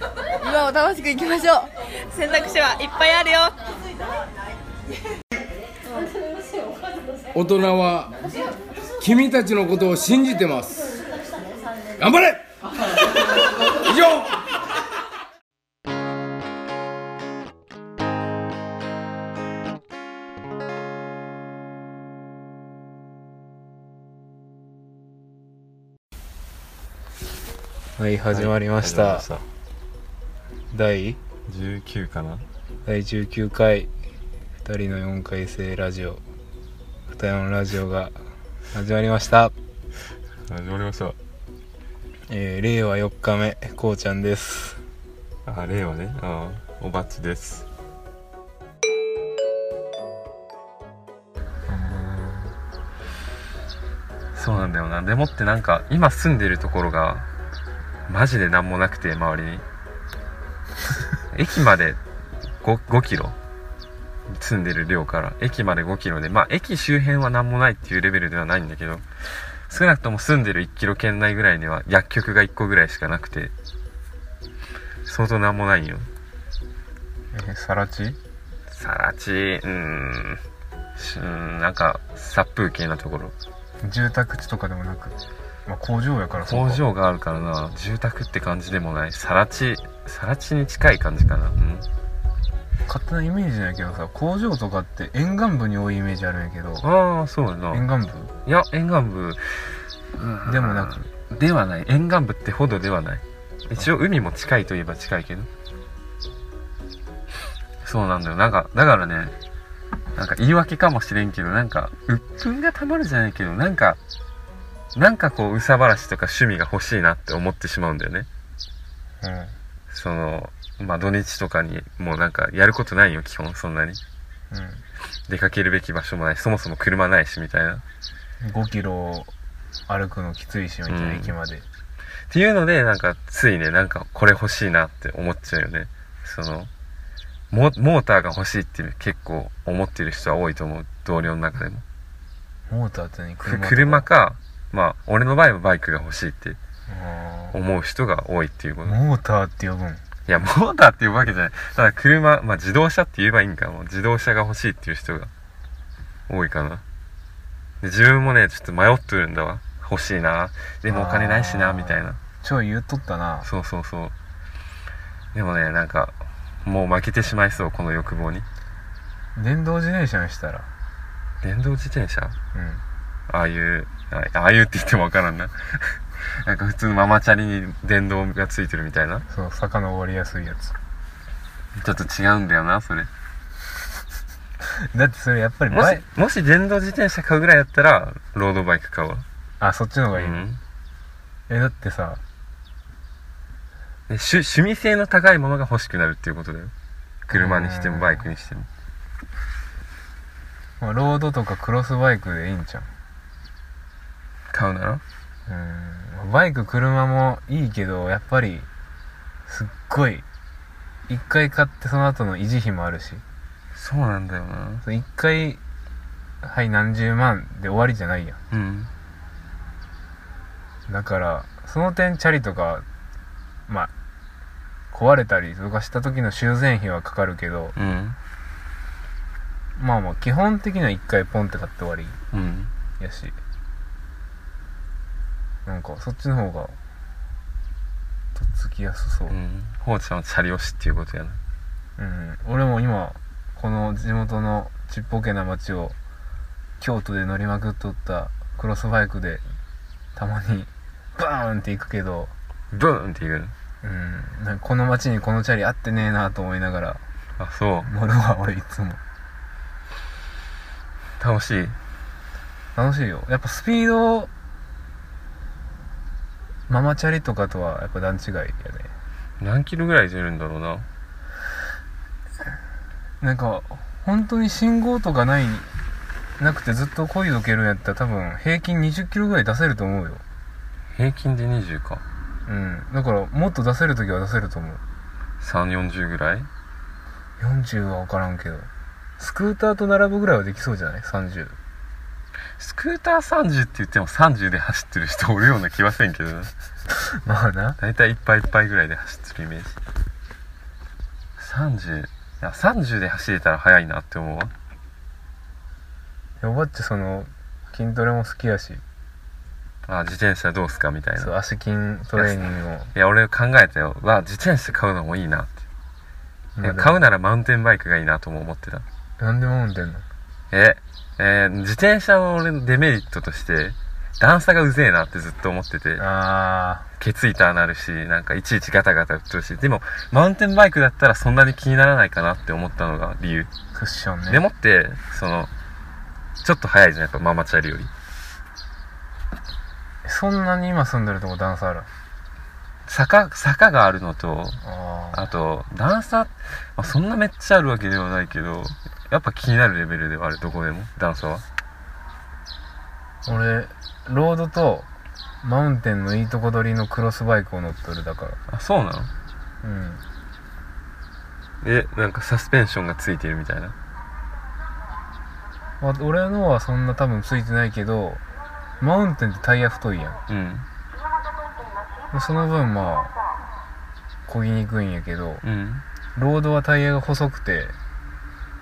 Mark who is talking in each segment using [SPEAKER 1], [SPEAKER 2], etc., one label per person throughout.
[SPEAKER 1] も楽しくいきましょう
[SPEAKER 2] 選択肢はいっぱいあるよ
[SPEAKER 3] 大人は君たちのことを信じてます頑張れ以上
[SPEAKER 4] はい始まりました,、
[SPEAKER 5] 始まり
[SPEAKER 4] 第
[SPEAKER 5] ました19かな
[SPEAKER 4] 第19回2人の4回生ラジオ二山のラジオが始まりました、
[SPEAKER 5] 始まりました
[SPEAKER 4] えー、令和4日目こうちゃんです
[SPEAKER 5] あ令和ねああおばっちですそうなんだよなでもってなんか今住んでるところがマジで何もなくて周りに 駅まで 5, 5キロ住んでる寮から駅まで5キロでまあ駅周辺は何もないっていうレベルではないんだけど少なくとも住んでる1キロ圏内ぐらいには薬局が1個ぐらいしかなくて相当なんもないよ
[SPEAKER 4] えさらち
[SPEAKER 5] さらちうーんしうーんなんか殺風景なところ
[SPEAKER 4] 住宅地とかでもなく、まあ、工場やから
[SPEAKER 5] 工場があるからな住宅って感じでもないさらちさらちに近い感じかなうん
[SPEAKER 4] 勝手なイメージだけどさ工場とかって沿岸部に多いイメージあるんやけど
[SPEAKER 5] ああそうやな
[SPEAKER 4] 沿岸
[SPEAKER 5] いや沿岸部
[SPEAKER 4] 部でもなく
[SPEAKER 5] ではない沿岸部ってほどではない一応海も近いといえば近いけどそうなんだよなんかだからねなんか言い訳かもしれんけどなんか鬱憤がたまるじゃないけどなんかなんかこう憂さ晴らしとか趣味が欲しいなって思ってしまうんだよねそのまあ土日とかにもうなんかやることないよ基本そんなに
[SPEAKER 4] う
[SPEAKER 5] 出かけるべき場所もないそもそも車ないしみたいな
[SPEAKER 4] うん5キロ歩くのきついしみたいな駅まで
[SPEAKER 5] っていうので、なんか、ついね、なんか、これ欲しいなって思っちゃうよね。その、モモーターが欲しいって結構思ってる人は多いと思う。同僚の中でも。
[SPEAKER 4] モーターって何
[SPEAKER 5] 車
[SPEAKER 4] 車と
[SPEAKER 5] か、まあ、俺の場合はバイクが欲しいって
[SPEAKER 4] あー
[SPEAKER 5] 思う人が多いっていうこと。い
[SPEAKER 4] モーターって呼ぶん
[SPEAKER 5] や、モーターっていうわけじゃない。ただ、車、まあ、自動車って言えばいいんかも。自動車が欲しいっていう人が多いかな。で自分もね、ちょっと迷ってるんだわ。欲しいな。でもお金ないしな、
[SPEAKER 4] あー
[SPEAKER 5] みたいな。
[SPEAKER 4] ちょい言っとったな
[SPEAKER 5] そうそうそうでもねなんかもう負けてしまいそうこの欲望に
[SPEAKER 4] 電動自転車にしたら
[SPEAKER 5] 電動自転車
[SPEAKER 4] うん
[SPEAKER 5] ああいうあああいうって言ってもわからんな なんか普通のママチャリに電動がついてるみたいな
[SPEAKER 4] そう坂登りやすいやつ
[SPEAKER 5] ちょっと違うんだよなそれ
[SPEAKER 4] だってそれやっぱり
[SPEAKER 5] も
[SPEAKER 4] バ
[SPEAKER 5] し
[SPEAKER 4] イ
[SPEAKER 5] もし電動自転車買うぐらいやったらロードバイク買うわ、
[SPEAKER 4] あそっちの方がいい、
[SPEAKER 5] うん
[SPEAKER 4] えだってさ
[SPEAKER 5] で趣趣味性の高いものが欲しくなるっていうことだよ車にして
[SPEAKER 4] う
[SPEAKER 5] も
[SPEAKER 4] ん
[SPEAKER 5] バイクにしても
[SPEAKER 4] まあロードとかクロスバイクでいいんじゃん
[SPEAKER 5] 買うなら
[SPEAKER 4] うんバイク車もいいけどやっぱりすっごい一回買ってその後の維持費もあるし
[SPEAKER 5] そうなんだよな
[SPEAKER 4] その一回はい何十万で終わりじゃないや
[SPEAKER 5] うん
[SPEAKER 4] んだからその点チャリとかまあ壊れたりとかした時の修繕費はかかるけど
[SPEAKER 5] うん
[SPEAKER 4] まあまあ基本的には一回ポンって買って終わり
[SPEAKER 5] うん
[SPEAKER 4] やしなんかそっちの方がとっつきやすそう
[SPEAKER 5] うんほうちゃんはチャリ推しっていうことやな
[SPEAKER 4] うん、俺も今この地元のちっぽけな町を京都で乗りまくっとったクロスバイクでたまにバーンって行くけど、
[SPEAKER 5] ブーンって言う
[SPEAKER 4] うん、なんかこの町にこのチャリあってねえなと思いながら
[SPEAKER 5] あそ
[SPEAKER 4] 乗るわ 俺いつも
[SPEAKER 5] う楽しい
[SPEAKER 4] 楽しいよやっぱスピードママチャリとかとはやっぱ段違いやね
[SPEAKER 5] 何キロぐらい出るんだろうな
[SPEAKER 4] なんか本当に信号とかないなくてずっと漕いどけるんやったら多分平均20キロぐらい出せると思うよ
[SPEAKER 5] 平均で20か
[SPEAKER 4] うんだからもっと出せる時は出せると思う
[SPEAKER 5] 340ぐらい
[SPEAKER 4] 40は分からんけどスクーターと並ぶぐらいはできそうじゃない30
[SPEAKER 5] スクーター30って言っても30で走ってる人おるような気はせんけどな
[SPEAKER 4] まあな
[SPEAKER 5] 大体いっぱいいっぱいぐらいで走ってるイメージ30いや30で走れたら速いなって思うわ
[SPEAKER 4] やおばっちその筋トレも好きやし
[SPEAKER 5] あ自転車どうすかみたい
[SPEAKER 4] そう
[SPEAKER 5] な
[SPEAKER 4] 足筋トレーニングも
[SPEAKER 5] いや俺考えたよわ自転車買うのもいいなっていや買うならマウンテンバイクがいいなとも思ってた
[SPEAKER 4] 何でも運転の
[SPEAKER 5] ええー自転車の俺のデメリットとして段差がうぜえなってずっと思ってて
[SPEAKER 4] あ
[SPEAKER 5] ケツ板なるしなんかいちいちガタガタ打ってるしでもマウンテンバイクだったらそんなに気にならないかなって思ったのが理由
[SPEAKER 4] ークッションね
[SPEAKER 5] でもってそのちょっと速いじゃんやっぱママチャリより
[SPEAKER 4] そんなに今住んでるとこ段差ある
[SPEAKER 5] 坂坂があるのと
[SPEAKER 4] ああ
[SPEAKER 5] あと段差、まあ、そんなめっちゃあるわけではないけどやっぱ気になるレベルではあるどこでも段差は
[SPEAKER 4] 俺ロードとマウンテンのいいとこ取りのクロスバイクを乗っとるだから
[SPEAKER 5] あそうなの
[SPEAKER 4] うん
[SPEAKER 5] えなんかサスペンションがついてるみたいな
[SPEAKER 4] まあ俺のはそんな多分ついてないけどマウンテンってタイヤ太いやん
[SPEAKER 5] うん
[SPEAKER 4] でその分まあ漕ぎにくいんやけど
[SPEAKER 5] うん
[SPEAKER 4] ロードはタイヤが細くて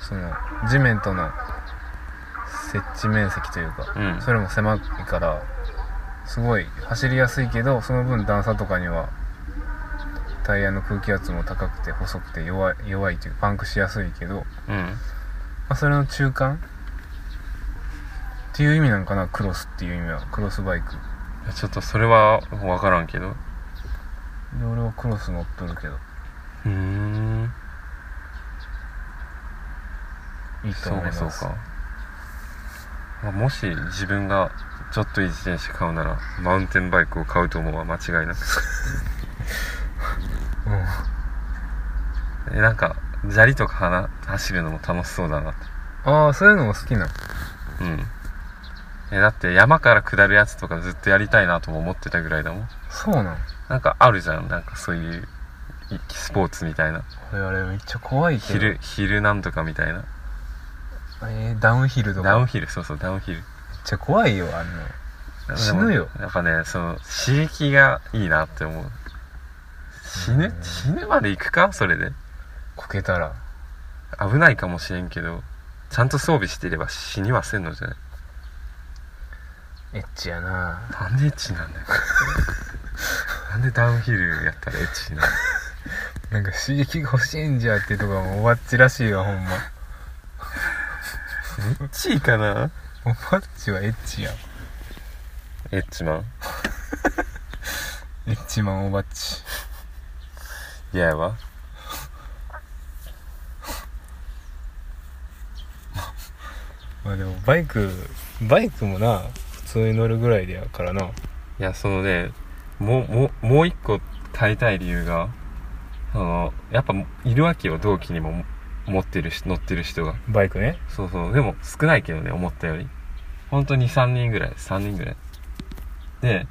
[SPEAKER 4] その地面との接地面積というか
[SPEAKER 5] うん
[SPEAKER 4] それも狭いからすごい走りやすいけどその分段差とかにはタイヤの空気圧も高くて細くて弱い弱いというかパンクしやすいけど、ま
[SPEAKER 5] うん
[SPEAKER 4] あ、それの中間っていう意味なんかなクロスっていう意味はクロスバイク
[SPEAKER 5] いやちょっとそれは分からんけどう
[SPEAKER 4] で俺はクロス乗っとるけど
[SPEAKER 5] ーん
[SPEAKER 4] いいと
[SPEAKER 5] そう
[SPEAKER 4] 思い
[SPEAKER 5] か
[SPEAKER 4] ます
[SPEAKER 5] そうか、まあ、もし自分がちょっといい自転車買うならマウンテンバイクを買うと思うわ間違いなく
[SPEAKER 4] うん
[SPEAKER 5] えなんか砂利とか花走るのも楽しそうだなって
[SPEAKER 4] ああそういうのも好きなの
[SPEAKER 5] うんえだって山から下るやつとかずっとやりたいなとも思ってたぐらいだもん
[SPEAKER 4] そうなの
[SPEAKER 5] なんかあるじゃんなんかそういういスポーツみたいな
[SPEAKER 4] これあれめっちゃ怖いけど
[SPEAKER 5] 昼昼なんとかみたいな
[SPEAKER 4] えー、ダウンヒルとか
[SPEAKER 5] ダウン
[SPEAKER 4] めっ
[SPEAKER 5] ヒルそうそうダウンヒル
[SPEAKER 4] ちゃ怖いよあんな死ぬよ
[SPEAKER 5] でもやっぱねその刺激がいいなって思う死ぬ死ぬまで行くかそれで
[SPEAKER 4] こけたら
[SPEAKER 5] 危ないかもしれんけどちゃんと装備していれば死にはせんのじゃない
[SPEAKER 4] エッチやな
[SPEAKER 5] なんでエッチなんだよ なんでダウンヒルやったらエッチになる
[SPEAKER 4] なんか刺激が欲しいんじゃっていうとこがもうおばっちらしいわほんま
[SPEAKER 5] エッチいかな
[SPEAKER 4] おばっちはエッチやん
[SPEAKER 5] エッチマン
[SPEAKER 4] エッチマンおばっち
[SPEAKER 5] 嫌やわ
[SPEAKER 4] まあでもバイクバイクもな普通に乗るぐらいでやからない
[SPEAKER 5] やそのねもうもうもう一個変えたい理由がそのやっぱいるわけよ同期にも持ってるし乗ってる人が
[SPEAKER 4] バイクね
[SPEAKER 5] そうそう。でも少ないけどね、思ったより。ほんと2、3人ぐらい、3人ぐらい。で、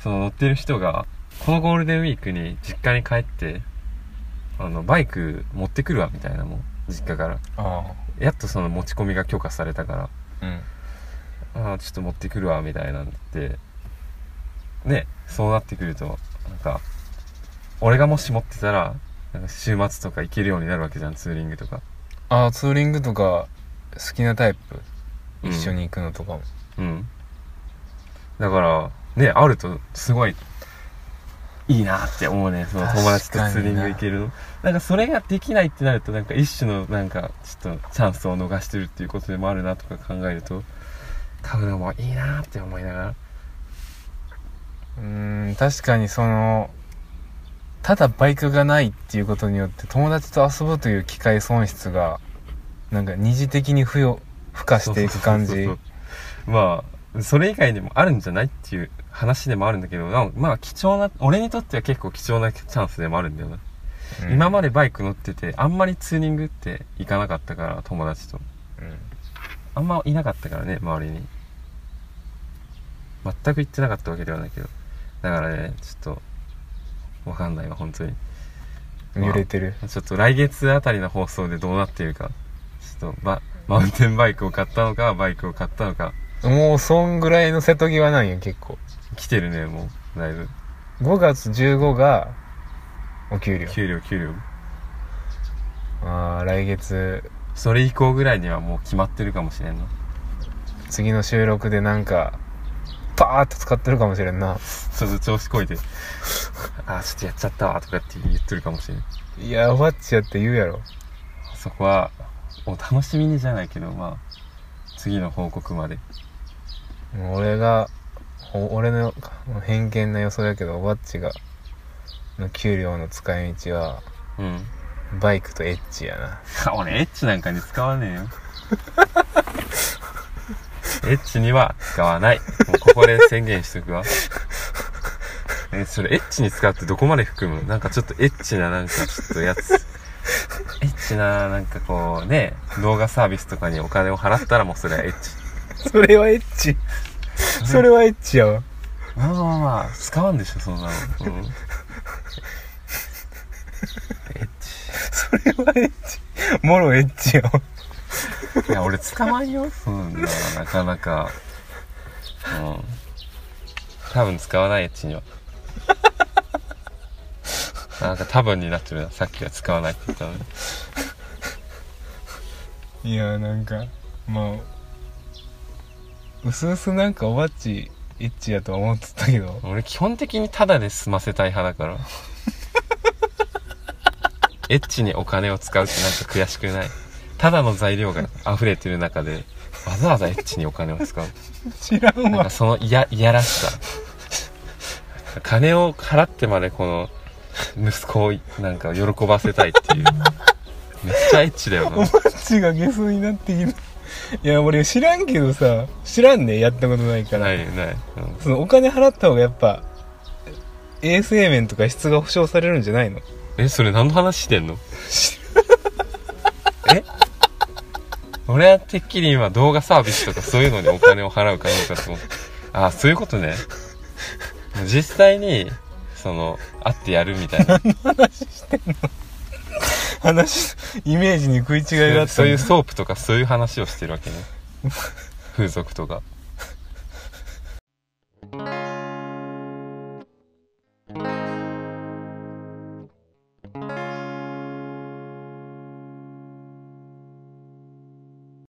[SPEAKER 5] その乗ってる人が、このゴールデンウィークに実家に帰って、あの、バイク持ってくるわ、みたいなもん。実家から。
[SPEAKER 4] あ
[SPEAKER 5] やっとその持ち込みが許可されたから、
[SPEAKER 4] あうん
[SPEAKER 5] ああ、ちょっと持ってくるわ、みたいなんで。ね、そうなってくると、なんか、俺がもし持ってたら、なんか週末とか行けるようになるわけじゃん、ツーリングとか。
[SPEAKER 4] ああツーリングとか好きなタイプ
[SPEAKER 5] うん
[SPEAKER 4] 一緒に行くのとかも、
[SPEAKER 5] うん。だから、ね、あると、すごい、いいなって思うね。その友達と
[SPEAKER 4] 確
[SPEAKER 5] ツ
[SPEAKER 4] か
[SPEAKER 5] ーリ
[SPEAKER 4] に
[SPEAKER 5] ン
[SPEAKER 4] な
[SPEAKER 5] グ行けるの。なんか、それができないってなると、なんか、一種の、なんか、ちょっと、チャンスを逃してるっていうことでもあるなとか考えると、買うのもいいなって思いながら。
[SPEAKER 4] うーん確かにそのただバイクがないっていうことによって友達と遊ぶという機会損失がなんか二次的に付与付加していく感
[SPEAKER 5] そう
[SPEAKER 4] じ
[SPEAKER 5] そうそうそうまあ、それ以外にもあるんじゃないっていう話でもあるんだけど、なんかまあ、貴重な、俺にとっては結構貴重なチャンスでもあるんだよな。
[SPEAKER 4] うん
[SPEAKER 5] 今までバイク乗ってて、あんまりツーリングって行かなかったから、友達と。
[SPEAKER 4] うん
[SPEAKER 5] あんまいなかったからね周りに全く行ってなかったわけではないけどだからねちょっとわかんないわ本当に
[SPEAKER 4] 揺れてる
[SPEAKER 5] ちょっと来月あたりの放送でどうなっているかちょっとバマウンテンバイクを買ったのかバイクを買ったのか
[SPEAKER 4] もうそんぐらいの瀬戸際なんや結構
[SPEAKER 5] 来てるねもうだいぶ
[SPEAKER 4] 5月15がお給料
[SPEAKER 5] 給料給料
[SPEAKER 4] あー来月
[SPEAKER 5] それ以降ぐらいにはもう決まってるかもしれんな
[SPEAKER 4] 次の収録でなんかパーッと使ってるかもしれんな
[SPEAKER 5] そうそう調子こいてあーちょっとやっちゃったわとかって言ってるかもしれん
[SPEAKER 4] いや終わっちゃって言うやろ
[SPEAKER 5] そこはお楽しみにじゃないけどまあ次の報告まで
[SPEAKER 4] もう俺がお俺の偏見な予想やけどおばっちがの給料の使い道は
[SPEAKER 5] うん
[SPEAKER 4] バイクとエッチやな
[SPEAKER 5] 俺エッチなんかに使わねえよ エッチには使わないもうここで宣言しとくわえそれエッチに使うってどこまで含むなんかちょっとエッチななんかちょっとやつエッチななんかこうね動画サービスとかにお金を払ったらもうそれはエッチ
[SPEAKER 4] それはエッチそれはエッチやわ
[SPEAKER 5] まあまあまあ、使わんでしょ、そんなの。うん。エッ
[SPEAKER 4] それはエッチもろエッチやわ
[SPEAKER 5] チ。いや、俺使わんよ。そんな、なかなか。うん。多分使わないエッチには。なんか多分になってるな。さっきは使わないって言ったのに。
[SPEAKER 4] いやなんかまあうすうすなんかおばっちエッチやとは思ってたけど
[SPEAKER 5] 俺基本的にタダで済ませたい派だ から。エッチにお金を使うってなんか悔しくない。ただの材料が溢れてる中で、わざわざエッチにお金を使う。
[SPEAKER 4] 知らん
[SPEAKER 5] なんか
[SPEAKER 4] わ
[SPEAKER 5] そのいやいやらしさ金を払ってまでこの息子をなんか喜ばせたいっていうめっちゃエッチだよ
[SPEAKER 4] おば
[SPEAKER 5] な
[SPEAKER 4] っちがゲスになってきたいや俺知らんけどさ知らんねやったことないから、
[SPEAKER 5] ないない、うん
[SPEAKER 4] そのお金払った方がやっぱ衛生面とか質が保証されるんじゃないの
[SPEAKER 5] えそれ何の話してんの え俺はてっきり今動画サービスとかそういうのにお金を払うかどうかと思ってああそういうことね実際にその会ってやるみたいな
[SPEAKER 4] 話イメージに食い違いがあった
[SPEAKER 5] そういうソープとかそういう話をしてるわけね風俗とか